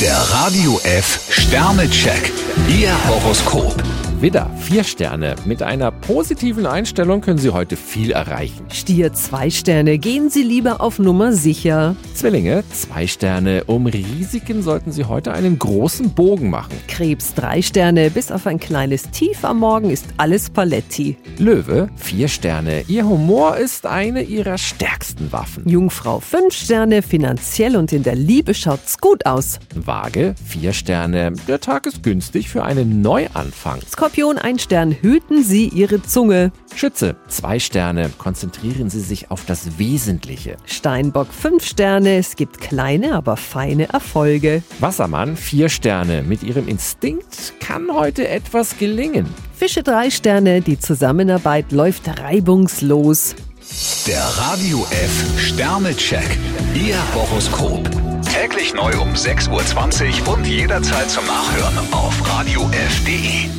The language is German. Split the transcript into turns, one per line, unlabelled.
Der Radio F Sternecheck. Ihr Horoskop.
Widder, vier Sterne. Mit einer positiven Einstellung können Sie heute viel erreichen.
Stier zwei Sterne, gehen Sie lieber auf Nummer sicher.
Zwillinge, zwei Sterne. Um Risiken sollten Sie heute einen großen Bogen machen.
Krebs drei Sterne, bis auf ein kleines Tief am Morgen ist alles Paletti.
Löwe, vier Sterne. Ihr Humor ist eine Ihrer stärksten Waffen.
Jungfrau fünf Sterne, finanziell und in der Liebe schaut's gut aus.
Waage, vier Sterne. Der Tag ist günstig für einen Neuanfang.
Skorpion ein Stern, hüten Sie Ihre Zunge.
Schütze, zwei Sterne. Konzentrieren Sie sich auf das Wesentliche.
Steinbock fünf Sterne, es gibt kleine, aber feine Erfolge.
Wassermann, vier Sterne. Mit Ihrem Instinkt kann heute etwas gelingen.
Fische drei Sterne, die Zusammenarbeit läuft reibungslos.
Der Radio F Sternecheck. Ihr Horoskop. Täglich neu um 6.20 Uhr und jederzeit zum Nachhören auf Radio radiof.de.